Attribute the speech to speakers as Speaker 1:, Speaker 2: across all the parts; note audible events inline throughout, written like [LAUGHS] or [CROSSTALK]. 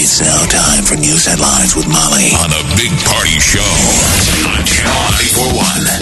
Speaker 1: It's now time for news headlines with Molly on a big party show on Channel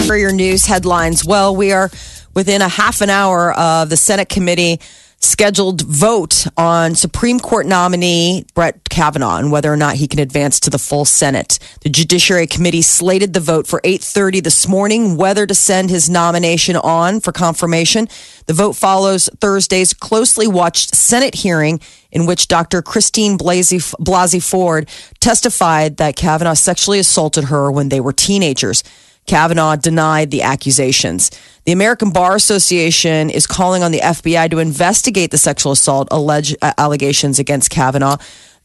Speaker 1: 941.
Speaker 2: for your news headlines. Well, we are within a half an hour of the Senate committee scheduled vote on Supreme Court nominee Brett Kavanaugh and whether or not he can advance to the full Senate. The Judiciary Committee slated the vote for 8:30 this morning whether to send his nomination on for confirmation. The vote follows Thursday's closely watched Senate hearing in which Dr. Christine Blasey, Blasey Ford testified that Kavanaugh sexually assaulted her when they were teenagers. Kavanaugh denied the accusations. The American Bar Association is calling on the FBI to investigate the sexual assault alleged uh, allegations against Kavanaugh.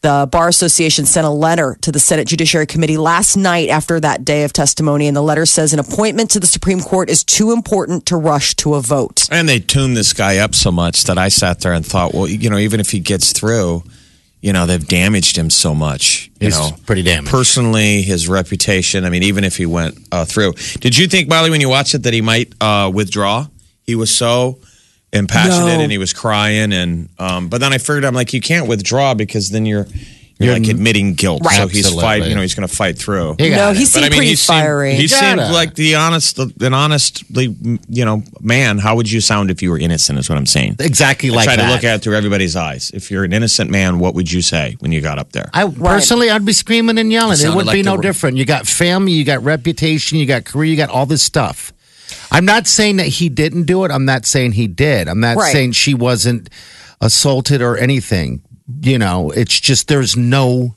Speaker 2: The Bar Association sent a letter to the Senate Judiciary Committee last night after that day of testimony, and the letter says an appointment to the Supreme Court is too important to rush to a vote.
Speaker 3: And they tuned this guy up so much that I sat there and thought, well, you know, even if he gets through, you know, they've damaged him so much. You
Speaker 4: He's
Speaker 3: know,
Speaker 4: pretty damaged.
Speaker 3: Personally, his reputation. I mean, even if he went uh, through, did you think, Molly, when you watched it, that he might uh, withdraw? He was so impassionate
Speaker 2: No.
Speaker 3: and he was crying, and um, but then I figured, I'm like, you can't withdraw because then you're you're,
Speaker 4: You're-
Speaker 3: like admitting guilt.
Speaker 4: Right.
Speaker 3: So he's
Speaker 4: Absolutely.
Speaker 3: fight. You know, he's going to fight through.
Speaker 4: He
Speaker 2: No,
Speaker 4: got it.
Speaker 2: he seemed
Speaker 3: But I mean,
Speaker 2: pretty
Speaker 3: he seemed,
Speaker 2: fiery.
Speaker 3: He seemed
Speaker 4: Gotta.
Speaker 3: like the honest, an honestly, you know, man. How would you sound if you were innocent? Is what I'm saying.
Speaker 4: exactly like
Speaker 3: Try
Speaker 4: that.
Speaker 3: to look at it through everybody's eyes. If you're an innocent man, what would you say when you got up there?
Speaker 4: I personally, I'd be screaming and yelling. It,
Speaker 3: sounded
Speaker 4: would be
Speaker 3: like
Speaker 4: no
Speaker 3: the-
Speaker 4: different. You got family, you got reputation, you got career, you got all this stuff. I'm not saying that he didn't do it. I'm not saying he did. I'm not
Speaker 2: Right.
Speaker 4: saying she wasn't assaulted or anything. You know, it's just there's no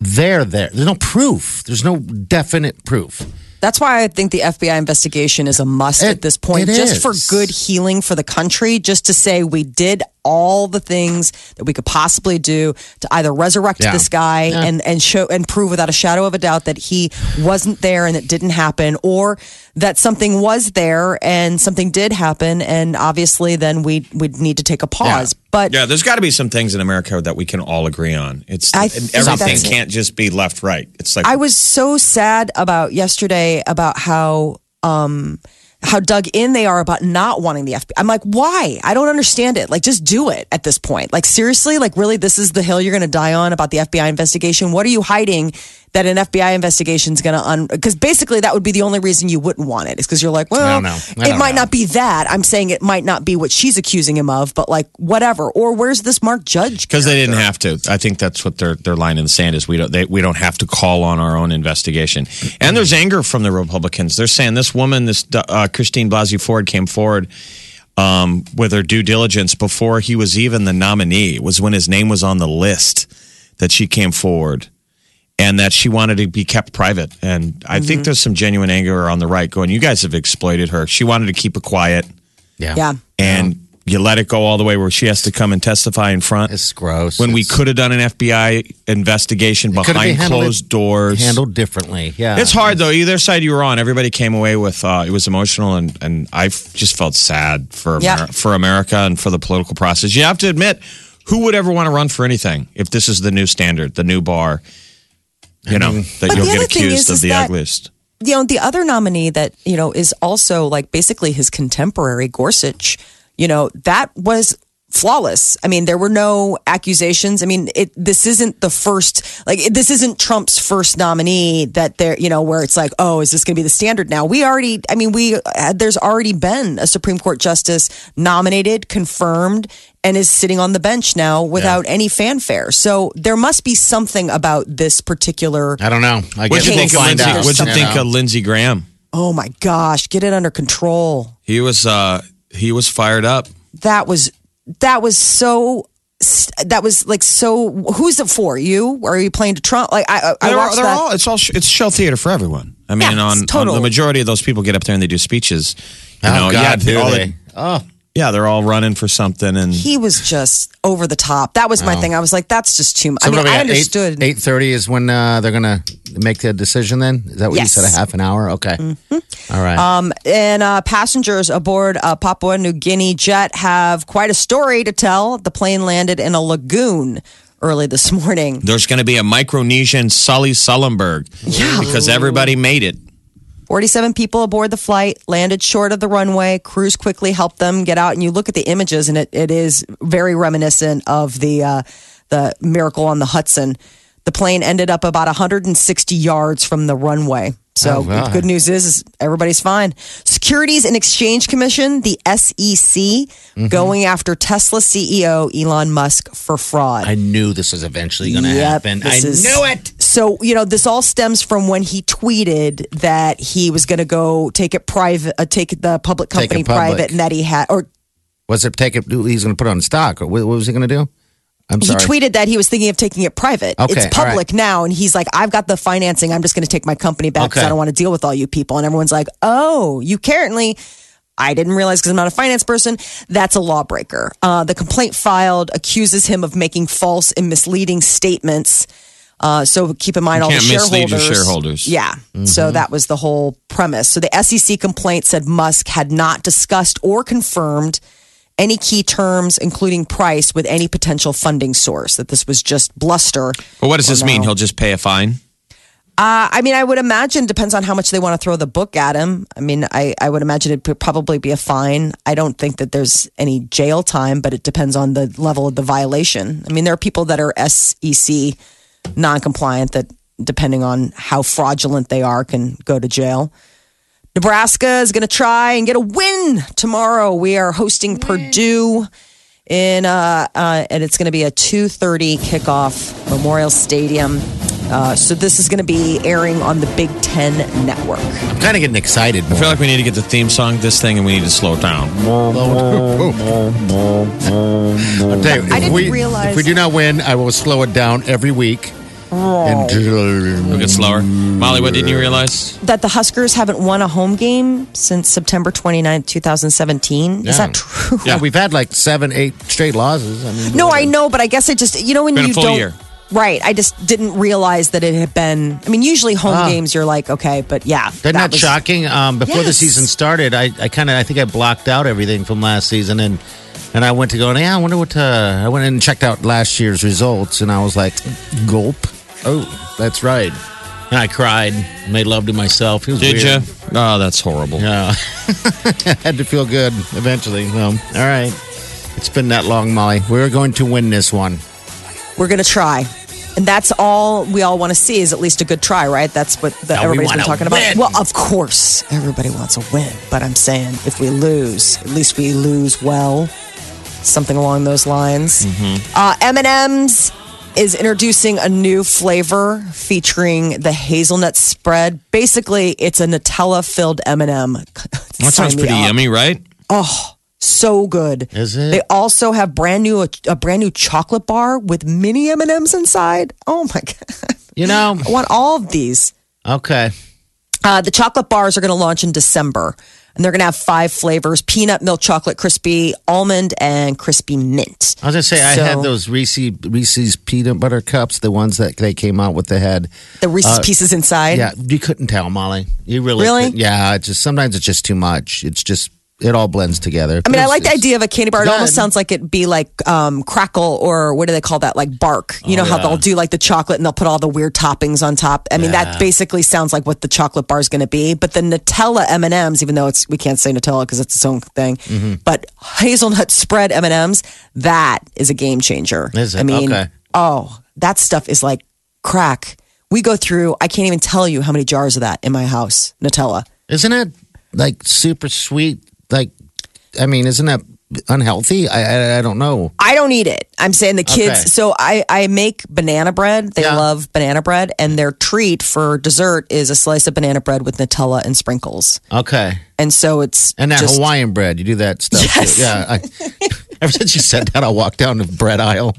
Speaker 4: there there. There's no proof. There's no definite proof.
Speaker 2: That's why I think the FBI investigation is a must at
Speaker 4: It-
Speaker 2: this point,
Speaker 4: it
Speaker 2: just for
Speaker 4: is.
Speaker 2: good healing for the country, just to say we did all the things that we could possibly do to either resurrect
Speaker 4: Yeah.
Speaker 2: this guy
Speaker 4: Yeah.
Speaker 2: and and show and prove without a shadow of a doubt that he wasn't there and it didn't happen, or that something was there and something did happen, and obviously then we would need to take a pause. But
Speaker 3: yeah, there's got to be some things in America that we can all agree on. It's
Speaker 2: I
Speaker 3: and
Speaker 2: think
Speaker 3: everything
Speaker 2: that's-
Speaker 3: can't just be left right. It's like
Speaker 2: I was so sad about yesterday about how um how dug in they are about not wanting the FBI. I'm like, why? I don't understand it. Like, just do it at this point. Like, seriously, like, really, this is the hill you're going to die on about the FBI investigation. What are you hiding that an FBI investigation is going to un? Because basically, that would be the only reason you wouldn't want it is because you're like, well,
Speaker 4: don't know. I
Speaker 2: it
Speaker 4: don't
Speaker 2: might
Speaker 4: know.
Speaker 2: not be that. I'm saying it might not be what she's accusing him of, but like, whatever. Or where's this Mark Judge?
Speaker 3: because they didn't have to. I think that's what their their line in the sand is. We don't they, we don't have to call on our own investigation. And there's anger from the Republicans. They're saying this woman, this uh, Christine Blasey Ford, came forward um, with her due diligence before he was even the nominee. It was when his name was on the list that she came forward. and that she wanted to be kept private. And I think there's some genuine anger on the right going, you guys have exploited her. She wanted to keep it quiet
Speaker 4: Yeah.
Speaker 2: Yeah.
Speaker 3: and you let it go all the way where she has to come and testify in front.
Speaker 4: It's gross.
Speaker 3: when we
Speaker 4: It's
Speaker 3: could have done an FBI investigation
Speaker 4: could've been
Speaker 3: behind
Speaker 4: handled-
Speaker 3: closed doors.
Speaker 4: handled differently. Yeah.
Speaker 3: It's hard though. Either side you were on, everybody came away with uh, it was emotional, and and I f- just felt sad for Amer-
Speaker 2: Yeah.
Speaker 3: for America and for the political process. You have to admit, who would ever want to run for anything if this is the new standard, the new bar? You know that
Speaker 2: But
Speaker 3: you'll
Speaker 2: the
Speaker 3: get
Speaker 2: other thing
Speaker 3: accused
Speaker 2: is-
Speaker 3: of
Speaker 2: is
Speaker 3: the
Speaker 2: that-
Speaker 3: ugliest.
Speaker 2: you know, the other nominee that, you know, is also like basically his contemporary, Gorsuch, you know, that was flawless. I mean, there were no accusations. I mean, it this isn't the first like it, this isn't Trump's first nominee that there, you know, where it's like, "Oh, is this going to be the standard now?" We already I mean, we uh, there's already been a Supreme Court justice nominated, confirmed, and is sitting on the bench now without any fanfare. So, there must be something about this particular
Speaker 4: I don't know. I
Speaker 3: What'd
Speaker 4: guess
Speaker 3: you
Speaker 4: we'll
Speaker 3: think of
Speaker 4: find
Speaker 3: Lindsey?
Speaker 4: out.
Speaker 3: What'd you
Speaker 4: know?
Speaker 3: think of Lindsey Graham?
Speaker 2: Oh my gosh, get it under control.
Speaker 3: He was uh, he was fired up.
Speaker 2: That was that was so that was like so who's it for? You? Or are you playing to Trump? Like I I, I
Speaker 3: They're,
Speaker 2: watched
Speaker 3: they're
Speaker 2: that.
Speaker 3: all it's all sh- it's show theater for everyone. I mean,
Speaker 2: Yeah,
Speaker 3: on,
Speaker 2: it's
Speaker 3: on
Speaker 2: total.
Speaker 3: the majority of those people get up there and they do speeches. You
Speaker 4: Oh
Speaker 3: know,
Speaker 4: God,
Speaker 3: yeah,
Speaker 4: do
Speaker 3: all the
Speaker 4: they? oh,
Speaker 3: Yeah, they're all running for something, and
Speaker 2: He was just over the top. That was my thing. I was like, that's just too much. I mean, I understood.
Speaker 4: Eight thirty is when uh, they're gonna make the decision. Then is that what you said?
Speaker 2: Yes.
Speaker 4: A half an hour? Okay. All right.
Speaker 2: Um, and uh, passengers aboard a Papua New Guinea jet have quite a story to tell. The plane landed in a lagoon early this [LAUGHS] morning.
Speaker 3: there's going to be a Micronesian Sully Sullenberg. Yeah, because everybody made it.
Speaker 2: 47 people aboard the flight landed short of the runway. Crews quickly helped them get out. And you look at the images, and it, it is very reminiscent of the, uh, the miracle on the Hudson. The plane ended up about 160 yards from the runway. So,
Speaker 4: Oh, God.
Speaker 2: good news is, is everybody's fine. Securities and Exchange Commission, the SEC, going after Tesla CEO Elon Musk for fraud.
Speaker 4: I knew this was eventually gonna
Speaker 2: Yep,
Speaker 4: happen. I
Speaker 2: this is-
Speaker 4: knew it.
Speaker 2: So, you know, this all stems from when he tweeted that he was going to go take it private, uh, take the public
Speaker 4: Take
Speaker 2: company
Speaker 4: it public.
Speaker 2: private, and that he had, or
Speaker 4: Was it take it? He's gonna put it on stock, or what what was he gonna do? I'm sorry.
Speaker 2: he tweeted that he was thinking of taking it private.
Speaker 4: Okay,
Speaker 2: it's
Speaker 4: all right.
Speaker 2: public now, and he's like, "I've got the financing. I'm just going to take my company back because
Speaker 4: Okay.
Speaker 2: I don't want to deal with all you people." And everyone's like, "Oh, you currently." I didn't realize because I'm not a finance person. That's a lawbreaker. Uh, the complaint filed accuses him of making false and misleading statements. Uh, so keep in mind all
Speaker 3: You
Speaker 2: the
Speaker 3: can't mislead
Speaker 2: shareholders.
Speaker 3: your shareholders. Mm-hmm.
Speaker 2: Yeah. So that was the whole premise. So the SEC complaint said Musk had not discussed or confirmed any key terms, including price, with any potential funding source, that this was just bluster.
Speaker 3: But what does
Speaker 2: Oh,
Speaker 3: this mean? He'll just pay a fine.
Speaker 2: Uh, I mean, I would imagine depends on how much they want to throw the book at him. I mean, I, I would imagine it would probably be a fine. I don't think that there's any jail time, but it depends on the level of the violation. I mean, there are people that are SEC non-compliant that, depending on how fraudulent they are, can go to jail. Nebraska is going to try and get a win tomorrow. We are hosting Purdue in uh, uh, and it's going to be a 2:30 kickoff Memorial Stadium. Uh, so this is going to be airing on the Big Ten Network.
Speaker 4: I'm kind of getting excited.
Speaker 3: I feel like we need to get the theme song, this thing, and we need to slow it down.
Speaker 4: I'll tell you, if
Speaker 2: I didn't
Speaker 4: we,
Speaker 2: realize-
Speaker 4: If we do not win, I will slow it down every week.
Speaker 3: We'll
Speaker 4: And
Speaker 3: get slower. Molly, what didn't you realize?
Speaker 2: That the Huskers haven't won a home game since September 29th, 2017. Is
Speaker 4: Yeah.
Speaker 2: that true?
Speaker 4: yeah, we've had like seven, eight straight losses. I mean,
Speaker 2: No, I know, but I guess I just you know when
Speaker 3: Been a
Speaker 2: you
Speaker 3: full
Speaker 2: don't.
Speaker 3: year.
Speaker 2: Right, I just didn't realize that it had been. I mean, usually home games you're like, okay, but yeah,
Speaker 4: They're not
Speaker 2: was-
Speaker 4: shocking. Um, before the
Speaker 2: Yes.
Speaker 4: season started, I, I kind of I think I blocked out everything from last season and and I went to go and yeah I wonder what uh, I went in and checked out last year's results and I was like gulp oh that's right and I cried made love to myself it was
Speaker 3: Did
Speaker 4: weird.
Speaker 3: you? Oh, that's horrible.
Speaker 4: yeah had to feel good eventually so all right it's been that long Molly we're going to win this one
Speaker 2: We're gonna try. And that's all we all want to see is at least a good try, right? That's what the,
Speaker 4: Now we
Speaker 2: everybody's been
Speaker 4: wanna
Speaker 2: talking
Speaker 4: win.
Speaker 2: about. Well, of course, everybody wants a win, but I'm saying if we lose, at least we lose well, something along those lines. Uh, M&M's is introducing a new flavor featuring the hazelnut spread. Basically, it's a Nutella filled [LAUGHS] M&M.
Speaker 3: That sounds
Speaker 2: Sign me
Speaker 3: pretty
Speaker 2: up
Speaker 3: yummy, right?
Speaker 2: so good.
Speaker 4: Is it?
Speaker 2: They also have brand new a, brand new chocolate bar with mini M and M's inside. Oh my [LAUGHS] god!
Speaker 4: you know
Speaker 2: I want all of these.
Speaker 4: okay
Speaker 2: Uh, the chocolate bars are going to launch in December, and they're going to have five flavors: peanut milk chocolate, crispy almond, and crispy mint.
Speaker 4: I was gonna say I
Speaker 2: So-
Speaker 4: had those Reese Reese's peanut butter cups, the ones that they came out with the head.
Speaker 2: The Reese's pieces inside.
Speaker 4: Uh, Yeah, you couldn't tell, Molly. You really,
Speaker 2: Really?
Speaker 4: couldn't. Yeah, it's just sometimes it's just too much. It's just it all blends together.
Speaker 2: I mean, I like the idea of a candy bar. It
Speaker 4: Good.
Speaker 2: almost sounds like it'd be like um, crackle or what do they call that? Like bark. You
Speaker 4: Oh,
Speaker 2: know how they'll do like the chocolate and they'll put all the weird toppings on top. I mean, that basically sounds like what the chocolate bar is going to be. But the Nutella M and M's, even though it's we can't say Nutella because it's its own thing,
Speaker 4: Mm-hmm.
Speaker 2: but hazelnut spread M and M's, that is a game changer.
Speaker 4: Is it?
Speaker 2: I mean,
Speaker 4: Okay.
Speaker 2: oh, that stuff is like crack. We go through. I can't even tell you how many jars of that in my house. Nutella.
Speaker 4: isn't it like super sweet? Like, I mean, isn't that unhealthy? I I, I don't know.
Speaker 2: I don't eat it. I'm saying the kids.
Speaker 4: Okay.
Speaker 2: So I, I make banana bread. They
Speaker 4: Yeah.
Speaker 2: love banana bread, and their treat for dessert is a slice of banana bread with Nutella and sprinkles.
Speaker 4: Okay,
Speaker 2: And so it's
Speaker 4: and that
Speaker 2: just,
Speaker 4: Hawaiian bread, you do that stuff. too.
Speaker 2: Yes.
Speaker 4: Yeah. I, [LAUGHS] ever since you said that, I walk down the bread aisle,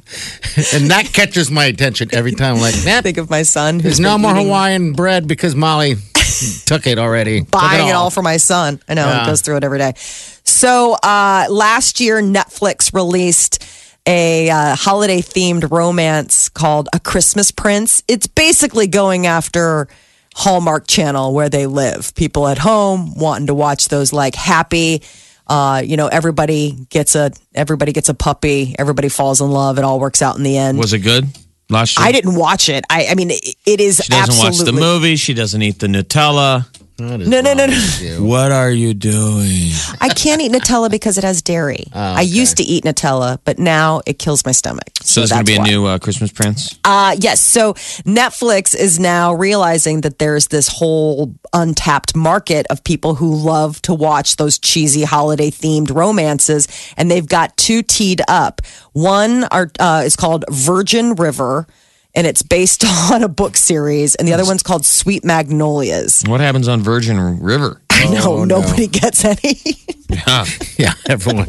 Speaker 4: and that catches my attention every time. I'm like, nah,
Speaker 2: Think of my son.
Speaker 4: There's
Speaker 2: Who's
Speaker 4: no
Speaker 2: been
Speaker 4: more
Speaker 2: eating-
Speaker 4: Hawaiian bread because Molly Took it already.
Speaker 2: [LAUGHS]
Speaker 4: Took
Speaker 2: buying it all for my son. I know
Speaker 4: Yeah.
Speaker 2: he goes through it every day. So uh, last year, Netflix released a uh, holiday themed romance called A Christmas Prince. It's basically going after Hallmark Channel where they live. People at home wanting to watch those like happy. Uh, you know, everybody gets a everybody gets a puppy. Everybody falls in love. It all works out in the end.
Speaker 3: Was it good last year?
Speaker 2: I didn't watch it. I, I mean, it, it is
Speaker 3: She doesn't
Speaker 2: absolutely
Speaker 3: watch the movie. She doesn't eat the Nutella.
Speaker 4: That is
Speaker 2: No, no, no,
Speaker 4: wrong
Speaker 2: no.
Speaker 4: with you.
Speaker 3: What are you doing?
Speaker 2: I can't eat Nutella because it has dairy. I used to eat Nutella, but now it kills my stomach.
Speaker 3: Ah, So there's going to
Speaker 2: that's
Speaker 3: be a
Speaker 2: why.
Speaker 3: new uh, Christmas Prince.
Speaker 2: Uh, yes. So Netflix is now realizing that there's this whole untapped market of people who love to watch those cheesy holiday themed romances, and they've got two teed up. One are, uh, is called Virgin River. And it's based [LAUGHS] on a book series, and the other one's called Sweet Magnolias.
Speaker 3: What happens on Virgin River?
Speaker 2: no, nobody gets any.
Speaker 3: Yeah.
Speaker 4: [LAUGHS] Yeah, everyone.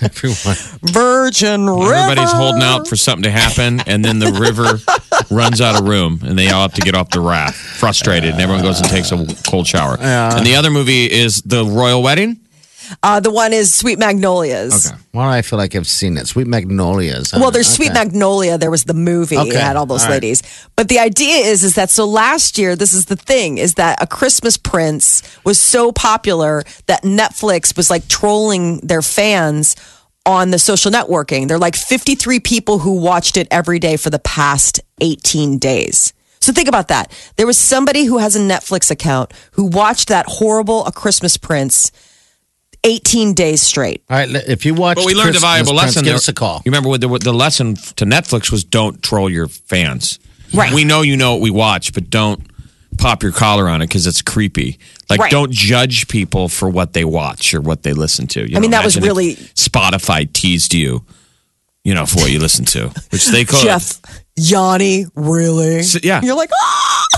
Speaker 4: everyone.
Speaker 2: Virgin River.
Speaker 3: [LAUGHS] Everybody's holding out for something to happen, and then the
Speaker 2: [LAUGHS]
Speaker 3: river runs out of room, and they all have to get off the raft, frustrated, and everyone goes and takes a cold shower. and the other movie is The Royal Wedding.
Speaker 2: Uh, the one is Sweet Magnolias.
Speaker 4: Well, I feel like I've seen it. Sweet Magnolias. huh?
Speaker 2: Well, there's
Speaker 4: Okay.
Speaker 2: Sweet Magnolia. There was the movie
Speaker 4: Okay,
Speaker 2: that had all those
Speaker 4: all right.
Speaker 2: ladies. But the idea is, is that so last year, this is the thing, is that A Christmas Prince was so popular that Netflix was like trolling their fans on the social networking. They're like 53 people who watched it every day for the past 18 days. So think about that. There was somebody who has a Netflix account who watched that horrible A Christmas Prince 18 days straight.
Speaker 4: All right, if you watch,
Speaker 3: But we learned a valuable lesson.
Speaker 4: Give
Speaker 3: there.
Speaker 4: us a call.
Speaker 3: You remember what the, what the lesson to Netflix was: don't troll your fans.
Speaker 2: Right.
Speaker 3: We know you know what we watch, but don't pop your collar on it because it's creepy. Like,
Speaker 2: Right.
Speaker 3: don't judge people for what they watch or what they listen to. You
Speaker 2: I mean,
Speaker 3: know,
Speaker 2: that was
Speaker 3: imagine if
Speaker 2: really-
Speaker 3: Spotify teased you. You know, for what you listen to, which they could.
Speaker 2: Jeff, Yanni, really?
Speaker 3: S- yeah. Mm-hmm.
Speaker 2: You're like, ah!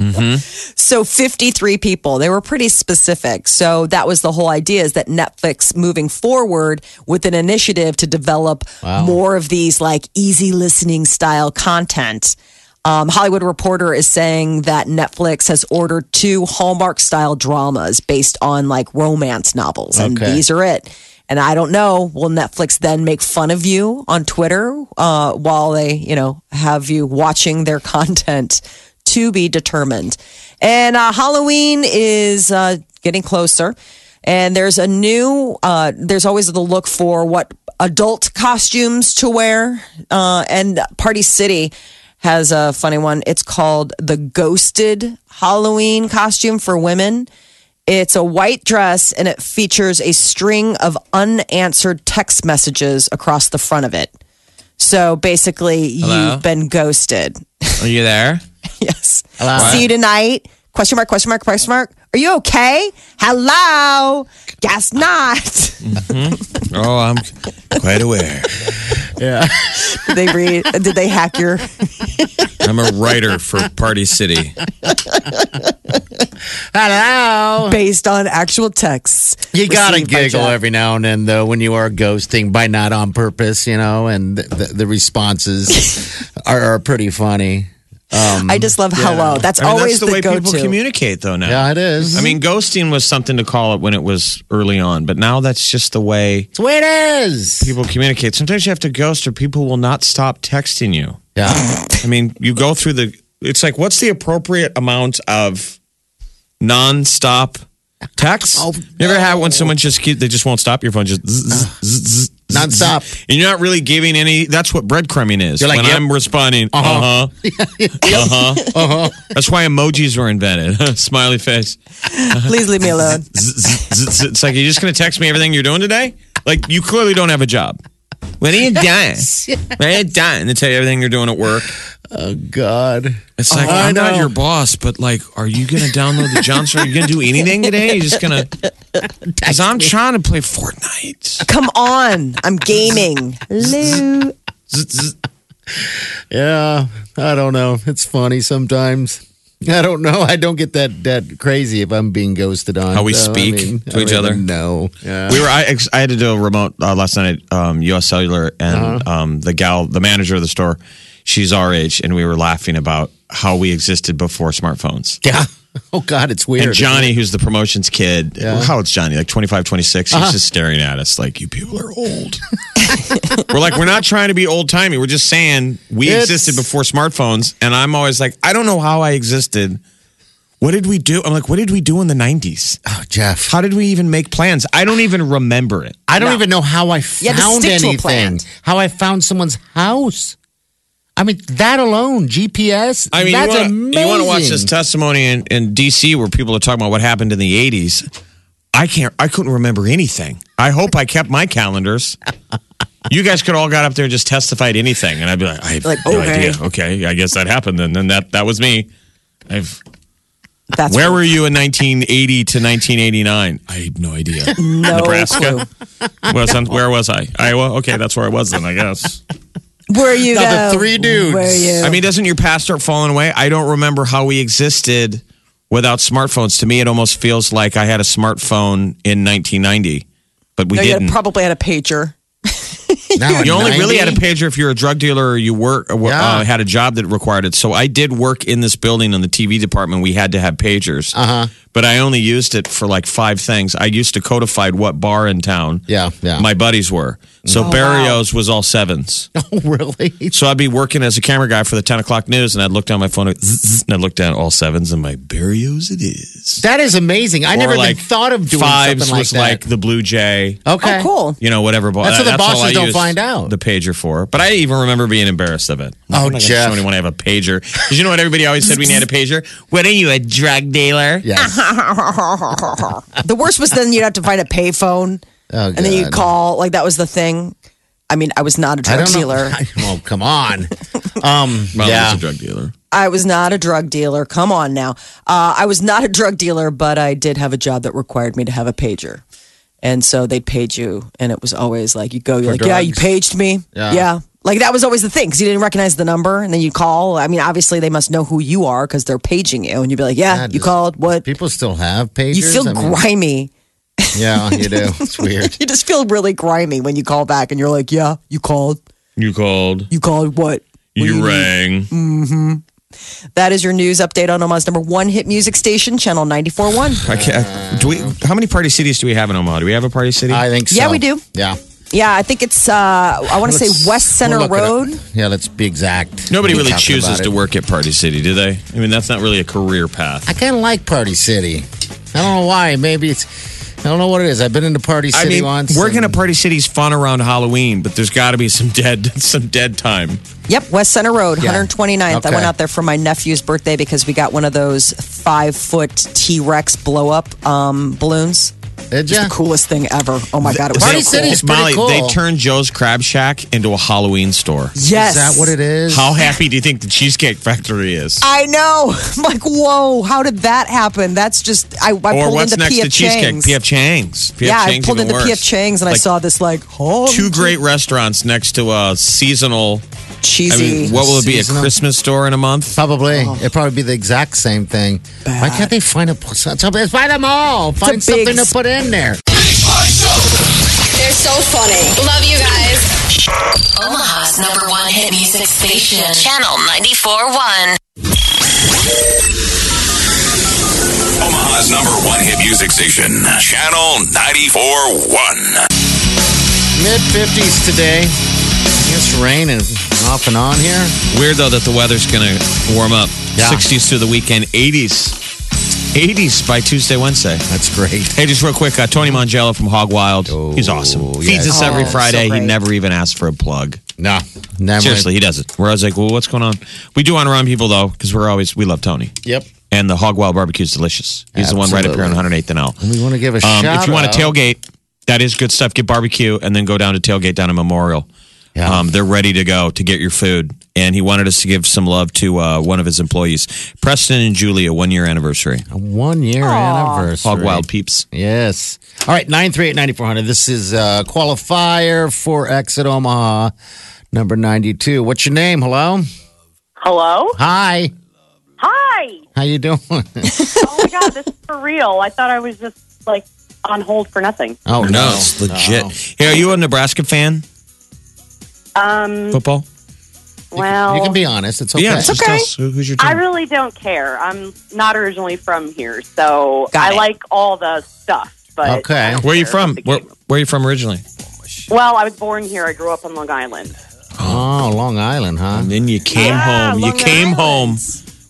Speaker 2: [LAUGHS] So 53 people. They were pretty specific. So that was the whole idea is that Netflix moving forward with an initiative to develop more of these like easy listening style content. Um, Hollywood Reporter is saying that Netflix has ordered two Hallmark style dramas based on like romance novels. And
Speaker 4: Okay.
Speaker 2: these are it. And I don't know. Will Netflix then make fun of you on Twitter uh, while they, you know, have you watching their [LAUGHS] content to be determined? And uh, Halloween is uh, getting closer. And there's a new, uh, there's always the look for what adult costumes to wear. Uh, and Party City has a funny one. It's called the Ghosted Halloween costume for women. It's a white dress and it features a string of unanswered text messages across the front of it. So basically,
Speaker 3: Hello?
Speaker 2: you've been ghosted. [LAUGHS]
Speaker 3: Are you there?
Speaker 2: yes. See you tonight. Question mark, question mark, question mark. Are you okay? Hello. Guess not. [LAUGHS]
Speaker 3: Oh, I'm quite aware.
Speaker 2: did they read did they hack your [LAUGHS]
Speaker 3: I'm a writer for Party City.
Speaker 4: [LAUGHS] Hello.
Speaker 2: based on actual texts?
Speaker 4: You gotta
Speaker 2: received by
Speaker 4: giggle
Speaker 2: Jeff?
Speaker 4: every now and then, though, when you are ghosting by not on purpose, you know, and the, the, the [LAUGHS] responses are, are pretty funny.
Speaker 2: I just love hello. That's
Speaker 3: Mm, I mean,
Speaker 2: always
Speaker 3: that's the, way
Speaker 2: go-to.
Speaker 3: people communicate, though. Now,
Speaker 4: Yeah, it is.
Speaker 3: I mean, ghosting was something to call it when it was early on, but now that's just the way
Speaker 4: it's the way it is.
Speaker 3: people communicate. Sometimes you have to ghost, or people will not stop texting you.
Speaker 4: Yeah,
Speaker 3: I mean, you go through the. It's like, what's the appropriate amount of nonstop texts?
Speaker 4: Oh,
Speaker 3: you ever have when someone just keep, they just won't stop your phone, just zzz, zzz, zzz, zzz,
Speaker 4: Ah. nonstop.
Speaker 3: zzz. and you're not really giving any. That's what breadcrumbing is.
Speaker 4: You're like,
Speaker 3: when
Speaker 4: yep. Uh-huh.
Speaker 3: I'm responding,
Speaker 4: [LAUGHS]
Speaker 3: uh huh, uh huh, uh huh. That's why emojis were invented. [LAUGHS] Smiley face.
Speaker 2: Please leave me alone.
Speaker 3: [LAUGHS] Zzz, zzz, zzz. It's like you're just going to text me everything you're doing today. Like you clearly don't have a job. When are you done? When are you done? They tell you everything you're doing at work.
Speaker 4: Oh God.
Speaker 3: It's like
Speaker 4: Oh, I
Speaker 3: I'm not
Speaker 4: know.
Speaker 3: your boss, but like, are you gonna download the Johnson? Are you gonna do anything today? You're just
Speaker 4: [LAUGHS]
Speaker 3: gonna because I'm trying to play Fortnite.
Speaker 2: Come on. I'm gaming. Hello.
Speaker 3: Z- z-
Speaker 4: Yeah, I don't know. It's funny sometimes. I don't know. I don't get that that crazy if I'm being ghosted on.
Speaker 3: How we speak to each other?
Speaker 4: No. Yeah.
Speaker 3: We were. I, ex- I had to do a remote uh, last night at um, U.S. Cellular, and
Speaker 4: Uh-huh.
Speaker 3: um, the gal, the manager of the store, she's our age, and we were laughing about how we existed before smartphones.
Speaker 4: yeah. [LAUGHS] Oh God, it's weird.
Speaker 3: And Johnny, who's the promotions kid,
Speaker 4: Yeah. Uh-huh.
Speaker 3: how old's Johnny? Like 25, 26. He's just staring at us like, you people are old. [LAUGHS] we're like, we're not trying to be old timey. We're just saying we
Speaker 4: It's-
Speaker 3: existed before smartphones. And I'm always like, I don't know how I existed. What did we do? I'm like, what did we do in the 90s?
Speaker 4: Oh, Jeff.
Speaker 3: How did we even make plans? I don't even remember it.
Speaker 4: I don't even know how I found
Speaker 2: You had to stick to a
Speaker 4: anything.
Speaker 2: plan.
Speaker 4: How I found someone's house. I mean, that alone, GPS.
Speaker 3: I mean,
Speaker 4: that's
Speaker 3: you wanna-
Speaker 4: amazing.
Speaker 3: you want to watch this testimony in, in D.C. where people are talking about what happened in the 80s. I can't. I couldn't remember anything. I hope I kept my calendars. You guys could all got up there and just testified anything, and I'd be like, I have
Speaker 2: Like,
Speaker 3: no
Speaker 2: okay.
Speaker 3: idea. Okay, I guess that happened, and then that that was me. I've.
Speaker 2: That's
Speaker 3: Where were you in 1980 to 1989? I had no
Speaker 2: [LAUGHS]
Speaker 3: idea.
Speaker 2: no clue.
Speaker 3: Nebraska. Was
Speaker 2: [LAUGHS]
Speaker 3: on, where was I? Iowa. Okay, that's where I was then. I guess.
Speaker 2: Where you
Speaker 4: Now,
Speaker 2: go?
Speaker 4: the three dudes.
Speaker 2: Where you?
Speaker 3: I mean, doesn't your past start falling away? I don't remember how we existed without smartphones. To me, it almost feels like I had a smartphone in 1990, but we
Speaker 2: no, you had-
Speaker 3: didn't.
Speaker 2: probably had a pager.
Speaker 4: [LAUGHS] Now
Speaker 3: you only
Speaker 4: 90?
Speaker 3: really had a pager if you were a drug dealer or you work uh,
Speaker 4: Yeah.
Speaker 3: had a job that required it. So I did work in this building in the TV department. We had to have pagers, uh-huh. but I only used it for like five things. I used to codified what bar in town.
Speaker 4: Yeah, yeah.
Speaker 3: My buddies were so Barrios was all sevens.
Speaker 4: [LAUGHS] Oh, really?
Speaker 3: So I'd be working as a camera guy for the 10 o'clock news, and I'd look down my phone, and zzz, and I'd look down all sevens, and my Barrios it is.
Speaker 4: That is amazing. I never
Speaker 3: Or,
Speaker 4: even thought of doing
Speaker 3: fives
Speaker 4: something like
Speaker 3: was
Speaker 4: that.
Speaker 3: like the Blue Jay,
Speaker 4: okay,
Speaker 2: Oh, cool.
Speaker 3: you know, whatever. bo-
Speaker 4: That's what the
Speaker 3: all
Speaker 4: bosses
Speaker 3: I
Speaker 4: don't
Speaker 3: used
Speaker 4: find out.
Speaker 3: The pager for, but I even remember being embarrassed of it.
Speaker 4: Oh,
Speaker 3: I'm not gonna
Speaker 4: Jeff.
Speaker 3: show anyone I have a pager. 'Cause you know what everybody always said when you had a pager? What are you, a drug dealer?
Speaker 2: [LAUGHS]
Speaker 4: Yes.
Speaker 2: The worst was then you'd have to find a payphone,
Speaker 4: Oh,
Speaker 2: and then you'd
Speaker 4: God.
Speaker 2: call. Like that was the thing. I mean, I was not a
Speaker 4: [LAUGHS] I
Speaker 2: drug
Speaker 4: don't know.
Speaker 2: dealer.
Speaker 4: oh, come on. Um,
Speaker 3: [LAUGHS] Well, yeah.
Speaker 4: yeah.
Speaker 3: a drug dealer.
Speaker 2: I was not a drug dealer. Come on now. Uh, I was not a drug dealer, but I did have a job that required me to have a pager. And so they paid you, and it was always like you go, you're like, yeah, you paged me,
Speaker 4: Yeah.
Speaker 2: Like that was always the thing because you didn't recognize the number, and then you call. I mean, obviously they must know who you are because they're paging you, and you'd be like, yeah,
Speaker 4: God,
Speaker 2: you
Speaker 4: does-
Speaker 2: called what?
Speaker 4: People still have pagers.
Speaker 2: You feel
Speaker 4: I mean,
Speaker 2: grimy.
Speaker 4: Yeah, you do.
Speaker 2: [LAUGHS]
Speaker 4: It's weird.
Speaker 2: You just feel really grimy when you call back, and you're like, yeah, you called,
Speaker 3: You called.
Speaker 2: you called what?
Speaker 3: You rang.
Speaker 4: Mm.
Speaker 2: That is your news update on Omaha's number one hit music station, Channel 94.1.
Speaker 3: I can't, do we? How many party cities do we have in Omaha? Do we have a party city?
Speaker 4: I think so.
Speaker 2: Yeah, we do.
Speaker 4: Yeah.
Speaker 2: Yeah, I think it's, uh, I want to
Speaker 4: Let's-
Speaker 2: say West Center
Speaker 4: we'll look it up.
Speaker 2: Road.
Speaker 4: Yeah, let's be exact.
Speaker 3: Nobody
Speaker 4: We're
Speaker 3: really
Speaker 4: talking
Speaker 3: chooses
Speaker 4: about
Speaker 3: to
Speaker 4: it.
Speaker 3: work at Party City, do they? I mean, that's not really a career path.
Speaker 4: I kind of like Party City. I don't know why. Maybe it's. I don't know what it is. I've been into Party
Speaker 3: I
Speaker 4: City
Speaker 3: mean,
Speaker 4: once.
Speaker 3: working
Speaker 4: and-
Speaker 3: at Party City's fun around Halloween, but there's got to be some dead, [LAUGHS] some dead time.
Speaker 2: Yep, West Center Road,
Speaker 4: Yeah.
Speaker 2: 129th. I
Speaker 4: Okay.
Speaker 2: went out there for my nephew's birthday because we got one of those five foot T Rex blow up um, balloons.
Speaker 4: Did
Speaker 2: Just
Speaker 4: ya?
Speaker 2: the coolest thing ever. Oh my God, it was
Speaker 4: Party
Speaker 2: so cool.
Speaker 4: City's
Speaker 3: Molly,
Speaker 4: pretty cool.
Speaker 3: they turned Joe's Crab Shack into a Halloween store.
Speaker 2: Yes.
Speaker 4: Is that what it is?
Speaker 3: How happy do you think the Cheesecake Factory is?
Speaker 2: I know. [LAUGHS] I'm like, whoa, how did that happen? That's just, I, I
Speaker 3: or
Speaker 2: pulled
Speaker 3: what's
Speaker 2: into
Speaker 3: next
Speaker 2: P.F.
Speaker 3: to Cheesecake?
Speaker 2: Chang's.
Speaker 3: P.F. Chang's. P.F.
Speaker 2: yeah,
Speaker 3: Chang's
Speaker 2: I pulled
Speaker 3: even
Speaker 2: into
Speaker 3: worse.
Speaker 2: P.F. Chang's and I
Speaker 3: Like,
Speaker 2: saw this like, oh,
Speaker 3: two great restaurants next to a seasonal. I
Speaker 2: cheesy.
Speaker 3: mean, what will it be?
Speaker 4: Seasonal.
Speaker 3: A Christmas store in a month?
Speaker 4: Probably.
Speaker 2: Oh.
Speaker 4: It'd probably be the exact same thing. Why can't they find a something? Find them all. Find
Speaker 2: It's a
Speaker 4: something
Speaker 2: big
Speaker 4: to put in there.
Speaker 5: They're so funny. Love you guys. Omaha's number one hit music station, Channel 94.1.
Speaker 1: Omaha's number one hit music station, Channel 94.1.
Speaker 4: Mid 50s today. It's raining off and on here.
Speaker 3: Weird though that the weather's going to warm up.
Speaker 4: Yeah.
Speaker 3: 60s through the weekend, 80s. 80s by Tuesday, Wednesday.
Speaker 4: That's great.
Speaker 3: Hey, just real quick, uh, Tony Mangello from Hog Wild.
Speaker 4: Oh,
Speaker 3: he's awesome. Feeds us every Friday. he
Speaker 2: great.
Speaker 3: never even asks for a plug.
Speaker 4: No, never.
Speaker 3: Seriously, he doesn't. We're always like, well, what's going on? We do on Around People, though, because we're always, we love Tony.
Speaker 4: Yep.
Speaker 3: And the Hog Wild barbecue is delicious. He's the one right up here on
Speaker 4: Absolutely.
Speaker 3: 108th and L.
Speaker 4: We want to give a
Speaker 3: Um,
Speaker 4: shout
Speaker 3: if you want
Speaker 4: out.
Speaker 3: to tailgate, that is good stuff. Get barbecue and then go down to tailgate down at Memorial.
Speaker 4: Yeah.
Speaker 3: Um, they're ready to go to get your food. And he wanted us to give some love to uh, one of his employees, Preston and Julia, one year anniversary.
Speaker 4: A one year anniversary.
Speaker 3: Hog Wild peeps.
Speaker 4: Yes. All right, 938 9400. This is uh, qualifier for Exit Omaha, number 92. What's your name? Hello?
Speaker 6: Hello?
Speaker 4: Hi.
Speaker 6: Hi!
Speaker 4: How you doing? [LAUGHS]
Speaker 6: Oh my god, this is for real. I thought I was just like on hold for nothing.
Speaker 4: Oh,
Speaker 3: it's legit. Hey, are you a Nebraska fan?
Speaker 6: Um,
Speaker 3: Football?
Speaker 6: Well,
Speaker 4: you can be honest. It's okay.
Speaker 3: Yeah, it's just
Speaker 2: okay.
Speaker 3: us. Who- Who's your team?
Speaker 6: I really don't care. I'm not originally from here, so
Speaker 2: Got
Speaker 6: I
Speaker 2: it.
Speaker 6: like all the stuff. But
Speaker 4: Okay.
Speaker 6: I don't
Speaker 3: where are you
Speaker 6: care about
Speaker 3: from?
Speaker 6: the
Speaker 3: Where,
Speaker 6: game.
Speaker 3: where are you from originally?
Speaker 6: Well, I was born here. I grew up on Long Island.
Speaker 4: Oh, Long Island, huh?
Speaker 3: And then you came
Speaker 2: Ah,
Speaker 3: home.
Speaker 2: Long
Speaker 3: you came home.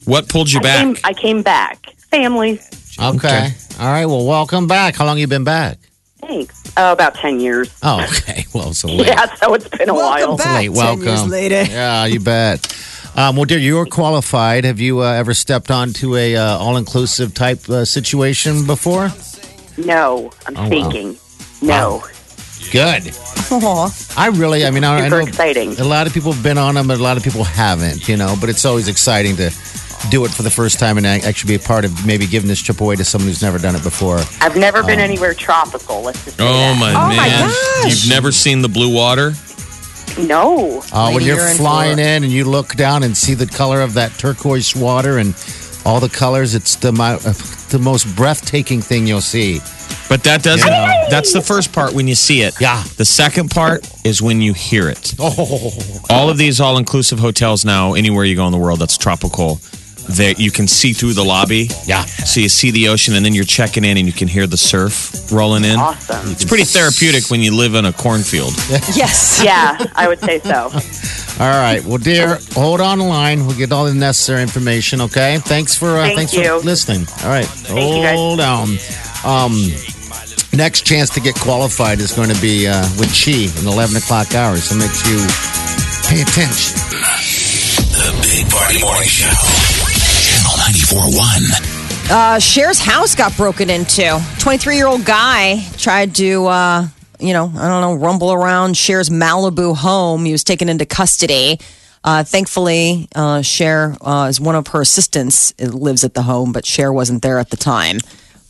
Speaker 3: What pulled you
Speaker 6: I
Speaker 3: back?
Speaker 6: came, I came back. Family.
Speaker 4: Okay. All right. Well, welcome back. How long you been back?
Speaker 6: Thanks. Oh, about ten years. [LAUGHS]
Speaker 4: Oh, okay. [LAUGHS] Well, so late.
Speaker 6: Yeah, so it's been a
Speaker 2: Welcome
Speaker 6: while.
Speaker 2: back.
Speaker 4: Late
Speaker 2: 10
Speaker 4: welcome.
Speaker 2: years later.
Speaker 4: Yeah, you bet. Um, well, dear, you're qualified. Have you uh, ever stepped onto a uh, all-inclusive type uh, situation before?
Speaker 6: No, I'm
Speaker 4: Oh, wow.
Speaker 6: faking. No,
Speaker 4: Good.
Speaker 2: [LAUGHS] Aw.
Speaker 4: I really, I mean, I, I
Speaker 6: super
Speaker 4: know
Speaker 6: exciting.
Speaker 4: a lot of people have been on them, but a lot of people haven't, you know. But it's always exciting to do it for the first time and ac- actually be a part of maybe giving this trip away to someone who's never done it before. Uh,
Speaker 6: I've never been anywhere tropical. Let's just say
Speaker 3: Oh
Speaker 6: that.
Speaker 3: my
Speaker 2: Oh,
Speaker 3: man!
Speaker 2: my gosh.
Speaker 3: You've never seen the blue water?
Speaker 6: No,
Speaker 4: Uh, when
Speaker 2: Lady,
Speaker 4: you're
Speaker 2: you're in
Speaker 4: flying
Speaker 2: for it.
Speaker 4: in and you look down and see the color of that turquoise water and all the colors, it's the mo- uh, the most breathtaking thing you'll see.
Speaker 3: But that doesn't.
Speaker 4: Yeah.
Speaker 3: That's the first part when you see it.
Speaker 4: Yeah.
Speaker 3: The second part is when you hear it.
Speaker 4: Oh,
Speaker 3: All of these all-inclusive hotels now, anywhere you go in the world that's tropical, that you can see through the lobby.
Speaker 4: Yeah.
Speaker 3: So you see the ocean, and then you're checking in, and you can hear the surf rolling in.
Speaker 6: awesome.
Speaker 3: It's pretty therapeutic when you live in a cornfield.
Speaker 2: Yes.
Speaker 6: Yeah, I would say so.
Speaker 4: All right. Well, dear, hold on the line. We'll get all the necessary information. Okay. Thanks for uh,
Speaker 6: Thank
Speaker 4: thanks
Speaker 6: you.
Speaker 4: for listening. All right.
Speaker 6: you, guys.
Speaker 4: hold on. Um, next chance to get qualified is going to be uh, with Chi in eleven o'clock hour. So make sure you pay attention.
Speaker 1: The Big Party Morning Show. Channel 94.1.
Speaker 2: Uh, Cher's house got broken into. 23 year old guy tried to, uh, you know, I don't know, rumble around Cher's Malibu home. He was taken into custody. Uh, thankfully, uh, Cher uh, is one of her assistants, uh, lives at the home, but Cher wasn't there at the time.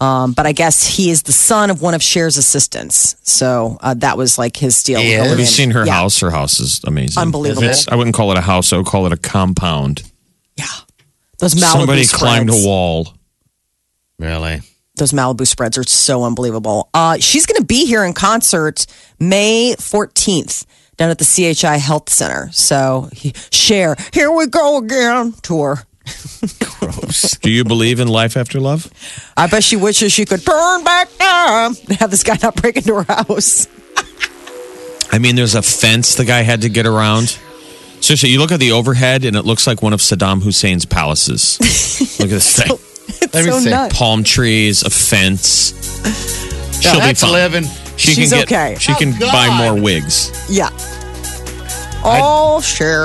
Speaker 2: Um, but I guess he is the son of one of Cher's assistants. So uh, that was like his deal. with
Speaker 4: Have
Speaker 3: Have you
Speaker 2: Olivia.
Speaker 3: seen her
Speaker 2: Yeah.
Speaker 3: house? Her house is amazing.
Speaker 2: Unbelievable.
Speaker 3: It's- I wouldn't call it a house. I would call it a compound.
Speaker 2: Those Malibu
Speaker 3: Somebody
Speaker 2: spreads.
Speaker 3: climbed a wall.
Speaker 4: Really?
Speaker 2: those Malibu spreads are so unbelievable. Uh, she's going to be here in concert May 14th down at the CHI Health Center. So he, share, here we go again tour.
Speaker 3: Do you believe in life after love?
Speaker 2: I bet she wishes she could turn back time [LAUGHS] and have this guy not break into her house.
Speaker 3: I mean, there's a fence the guy had to get around. Seriously, you look at the overhead, and it looks like one of Saddam Hussein's
Speaker 2: [LAUGHS]
Speaker 3: palaces. look at this thing.
Speaker 2: It's
Speaker 4: Let me
Speaker 2: so
Speaker 4: see.
Speaker 2: nuts.
Speaker 3: palm trees, a fence. She'll be
Speaker 4: That's
Speaker 3: fine.
Speaker 4: eleven.
Speaker 3: She
Speaker 2: She's
Speaker 3: can get,
Speaker 2: okay.
Speaker 3: She
Speaker 4: Oh,
Speaker 3: can
Speaker 4: God.
Speaker 3: buy more wigs.
Speaker 2: Yeah. Oh, Cher.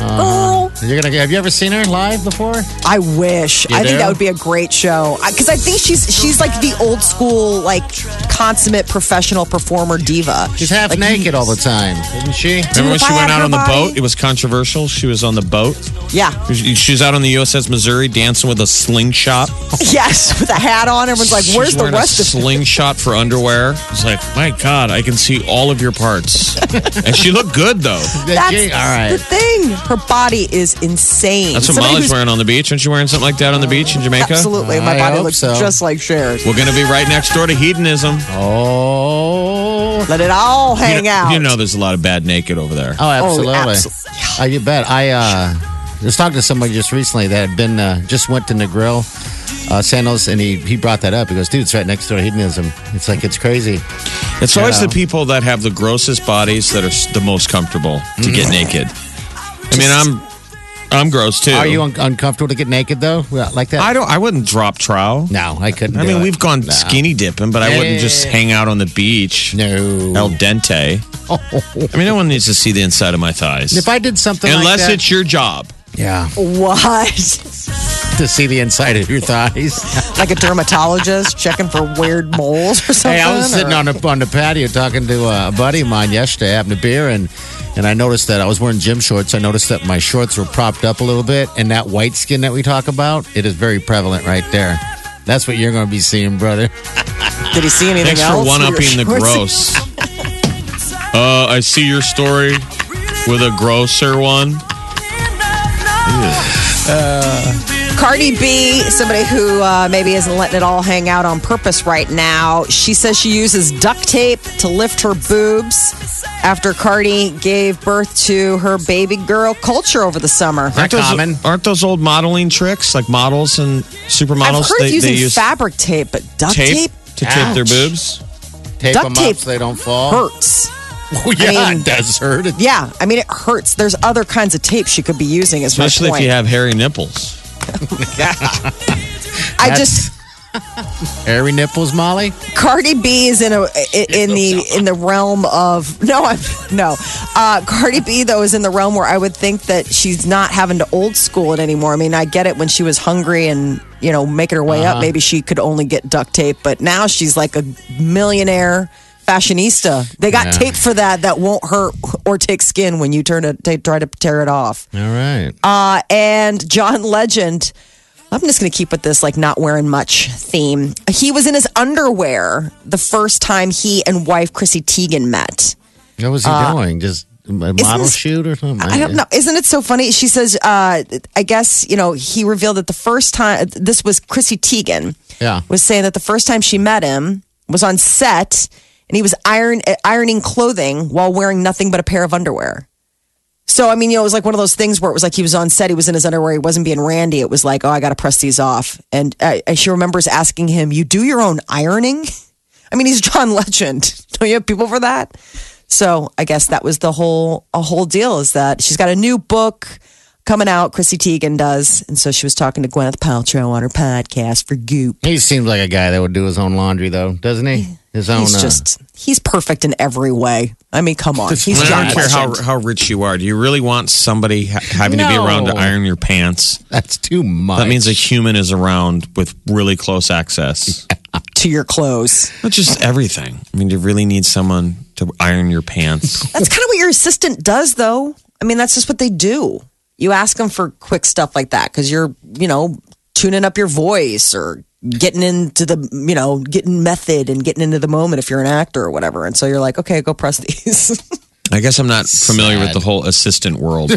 Speaker 3: Uh-huh.
Speaker 2: Oh,
Speaker 4: You're gonna. Have you ever seen her live before?
Speaker 2: I wish.
Speaker 4: You
Speaker 2: I
Speaker 4: do?
Speaker 2: think that would be a great show because I, think she's she's like the old school, like consummate professional performer diva.
Speaker 4: She's half naked all the time, isn't she?
Speaker 3: Remember when
Speaker 2: if
Speaker 3: she
Speaker 2: I had
Speaker 3: went out
Speaker 2: her
Speaker 3: on the
Speaker 2: body-
Speaker 3: boat? It was controversial. She was on the boat.
Speaker 2: Yeah. [LAUGHS]
Speaker 3: She she was out on the USS Missouri dancing with a slingshot.
Speaker 2: Yes, with a hat on. Everyone's like,
Speaker 3: She's
Speaker 2: where's the
Speaker 3: wearing a
Speaker 2: rest of
Speaker 3: slingshot for underwear? It's like, my God, I can see all of
Speaker 2: [LAUGHS]
Speaker 3: your parts. and she looked good though.
Speaker 2: That's
Speaker 4: all right.
Speaker 2: the thing. Her body is insane.
Speaker 3: That's what
Speaker 2: Somebody
Speaker 3: Molly's
Speaker 2: who's-
Speaker 3: wearing on the beach. Aren't you wearing something like that on the beach in Jamaica?
Speaker 2: Absolutely. My
Speaker 4: I
Speaker 2: body
Speaker 4: hope
Speaker 2: looks
Speaker 4: so.
Speaker 2: just like Cher's.
Speaker 3: We're gonna be right next door to hedonism.
Speaker 4: Oh.
Speaker 2: Let it all hang
Speaker 3: you know,
Speaker 2: out.
Speaker 3: You know there's a lot of bad naked over there.
Speaker 4: Oh, absolutely.
Speaker 2: abso-
Speaker 4: Oh, you bet. I uh, was talking to somebody just recently that had been uh, just went to Negril, uh, San Jose, and he, he brought that up. He goes, "Dude, it's right next door to hedonism. It's like it's crazy."
Speaker 3: It's always
Speaker 4: know?
Speaker 3: the people that have the grossest bodies that are s- the most comfortable to
Speaker 4: Mm.
Speaker 3: get naked. I mean, I'm I'm gross too.
Speaker 4: Are you un- uncomfortable to get naked though, Well, like that?
Speaker 3: I don't. I wouldn't drop trow.
Speaker 4: no, I couldn't.
Speaker 3: I
Speaker 4: do
Speaker 3: mean,
Speaker 4: it.
Speaker 3: we've gone
Speaker 4: No.
Speaker 3: skinny dipping, but I
Speaker 4: Yeah,
Speaker 3: wouldn't
Speaker 4: yeah,
Speaker 3: just
Speaker 4: yeah.
Speaker 3: hang out on the beach.
Speaker 4: No. Oh.
Speaker 3: El
Speaker 4: [LAUGHS]
Speaker 3: dente. I mean, no one needs to see the inside of my thighs.
Speaker 4: If I did something
Speaker 3: Unless
Speaker 4: like that,
Speaker 3: it's your job.
Speaker 4: yeah,
Speaker 2: [LAUGHS] what?
Speaker 4: to see the inside of your thighs.
Speaker 2: like a dermatologist checking for weird moles or something?
Speaker 4: Hey, I was sitting
Speaker 2: or-
Speaker 4: on the, on the patio talking to uh, a buddy of mine yesterday, having a beer, and and I noticed that I was wearing gym shorts. I noticed that my shorts were propped up a little bit, and that white skin that we talk about, it is very prevalent right there. That's what you're going to be seeing, brother.
Speaker 2: Did he see anything
Speaker 3: Thanks
Speaker 2: else?
Speaker 3: for one upping the
Speaker 2: [LAUGHS] Your shorts?
Speaker 3: gross. [LAUGHS] uh, I see your story with a grosser one.
Speaker 2: Cardi B, somebody who uh, maybe isn't letting it all hang out on purpose right now, she says she uses duct tape to lift her boobs after Cardi gave birth to her baby girl culture over the summer.
Speaker 4: Not
Speaker 3: those,
Speaker 4: common.
Speaker 3: aren't those old modeling tricks like models and supermodels?
Speaker 2: I've heard of
Speaker 3: they,
Speaker 2: using
Speaker 3: they use
Speaker 2: fabric tape, but duct tape,
Speaker 3: tape, to tape their
Speaker 4: Ouch.
Speaker 3: boobs.
Speaker 4: Tape
Speaker 2: Duct
Speaker 4: them
Speaker 2: tape
Speaker 4: up so they don't fall.
Speaker 2: hurts.
Speaker 3: [LAUGHS]
Speaker 4: Oh, yeah,
Speaker 2: I mean-
Speaker 4: [LAUGHS] it does hurt. It-
Speaker 2: Yeah, I mean, it hurts. There's other kinds of tapes she could be using, is
Speaker 3: Especially
Speaker 2: my
Speaker 3: if
Speaker 2: point.
Speaker 3: you have hairy nipples.
Speaker 2: I just
Speaker 4: Hairy nipples, Molly.
Speaker 2: Cardi B is in a in the in the realm of [LAUGHS] no, I'm no. Uh, Cardi B though is in the realm where I would think that she's not having to old school it anymore. I mean, I get it when she was hungry and you know making her way up, maybe she could only get duct tape, but now she's like a millionaire fashionista. They got
Speaker 4: Yeah.
Speaker 2: tape for that that won't hurt or take skin when you turn it, t- try to tear it off.
Speaker 4: All right.
Speaker 2: Uh, and John Legend. I'm just going to keep with this, like not wearing much theme. He was in his underwear the first time he and wife Chrissy Teigen met.
Speaker 4: what was he doing? Just a model
Speaker 2: uh, this-
Speaker 4: shoot or something?
Speaker 2: I don't know. Isn't it so funny? She says, uh, I guess, you know, he revealed that the first time, this was Chrissy Teigen,
Speaker 4: Yeah.
Speaker 2: was saying that the first time she met him was on set and he was iron, ironing clothing while wearing nothing but a pair of underwear. So, I mean, you know, it was like one of those things where it was like he was on set, he was in his underwear, he wasn't being randy. It was like, oh, I got to press these off. And uh, and she remembers asking him, You do your own ironing? [LAUGHS] I mean, he's John [LAUGHS] Legend. Don't you have people for that? So I guess that was the whole a whole deal is that she's got a new book coming out. Chrissy Teigen does, and so she was talking to Gwyneth Paltrow on her podcast for Goop.
Speaker 4: He seems like a guy that would do his own laundry, though, doesn't he? His
Speaker 3: Oh,
Speaker 4: own.
Speaker 2: He's
Speaker 4: uh,
Speaker 2: just he's perfect in every way. I mean, come on, he's
Speaker 3: I
Speaker 2: John
Speaker 3: don't care how,
Speaker 2: Legend.
Speaker 3: how rich you are. Do you really want somebody ha- having to be
Speaker 4: No.
Speaker 3: around to iron your pants?
Speaker 4: [LAUGHS] that's too much.
Speaker 3: That means a human is around with really close access.
Speaker 2: to your clothes.
Speaker 3: Not just everything. I mean, you really need someone to iron
Speaker 2: [LAUGHS]
Speaker 3: your pants.
Speaker 2: That's kind of what your assistant does, though. I mean, that's just what they do. You ask them for quick stuff like that because you're, you know, tuning up your voice or getting into the, you know, getting method and getting into the moment if you're an actor or whatever. And so you're like, okay, go press these. [LAUGHS]
Speaker 3: I guess I'm not familiar with the whole assistant world.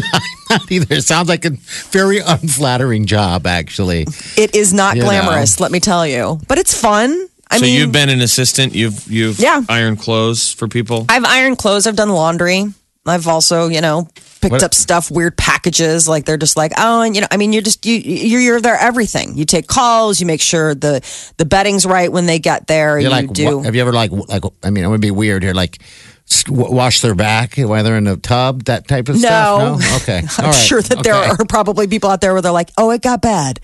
Speaker 4: either. It sounds like a very unflattering job, actually.
Speaker 2: it is not
Speaker 4: You know.
Speaker 2: glamorous, let me tell you, but it's fun. [LAUGHS] I
Speaker 3: so
Speaker 2: mean,
Speaker 3: you've been an assistant. You've you've
Speaker 2: Yeah.
Speaker 3: ironed clothes for people.
Speaker 2: I've ironed clothes. I've done laundry. I've also, you know, picked
Speaker 4: What-
Speaker 2: up stuff, weird packages. Like they're just like, oh, and you know, I mean, you're just you, you're you're there everything. You take calls. You make sure the the bedding's right when they get there. you
Speaker 4: You're like,
Speaker 2: do.
Speaker 4: wa- have you ever like, like? I mean, it would be weird here, like. s- w- Wash their back while they're in the tub, that type of
Speaker 2: no,
Speaker 4: stuff. No, okay.
Speaker 2: [LAUGHS] I'm
Speaker 4: All right.
Speaker 2: sure that there
Speaker 4: Okay.
Speaker 2: are probably people out there where they're like, oh, it got bad.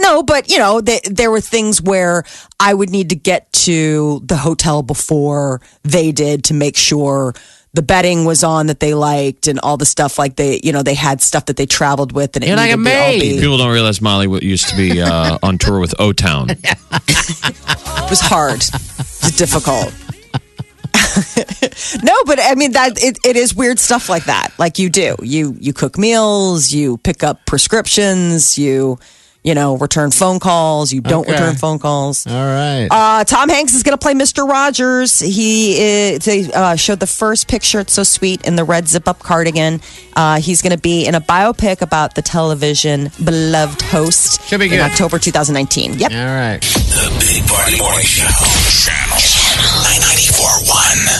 Speaker 2: No, but you know, th- there were things where I would need to get to the hotel before they did to make sure the bedding was on that they liked and all the stuff like they, you know, they had stuff that they traveled with and it
Speaker 4: You're like a
Speaker 2: needed to all be-
Speaker 4: maid.
Speaker 3: People don't realize Molly w- used to be uh, on tour with O Town.
Speaker 2: [LAUGHS] It was hard, it's difficult. [LAUGHS] no, but I mean that it, it is weird stuff like that. Like you do, you you cook meals, you pick up prescriptions, you you know return phone calls, you don't
Speaker 4: Okay.
Speaker 2: return phone calls.
Speaker 4: All right.
Speaker 2: Uh, Tom Hanks is going to play Mr. Rogers. He is, they uh, showed the first picture. It's so sweet in the red zip-up cardigan. Uh, he's going to be in a biopic about the television beloved host
Speaker 4: Should be
Speaker 2: in
Speaker 4: good.
Speaker 2: October 2019. Yep.
Speaker 4: All right.
Speaker 1: The Big Party Morning Show. Channel 941.